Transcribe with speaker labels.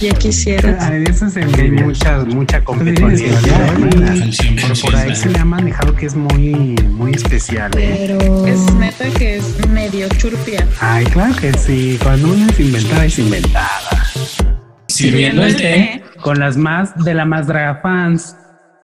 Speaker 1: Ya
Speaker 2: Ah,
Speaker 1: quisiera.
Speaker 3: De eso se
Speaker 2: Que hay
Speaker 3: vive.
Speaker 2: muchas, mucha
Speaker 3: Entonces,
Speaker 2: competencia.
Speaker 3: dices, ya,
Speaker 2: ¿no?
Speaker 3: güey,
Speaker 4: Al 100%.
Speaker 2: Por ahí se le han manejado que es muy, muy especial. ¿eh?
Speaker 1: Pero.
Speaker 5: Es neta que es medio churpia.
Speaker 2: Ay, claro que sí. Cuando uno es inventada, es inventada.
Speaker 4: Sirviendo el té.
Speaker 2: Con las más de la más draga fans.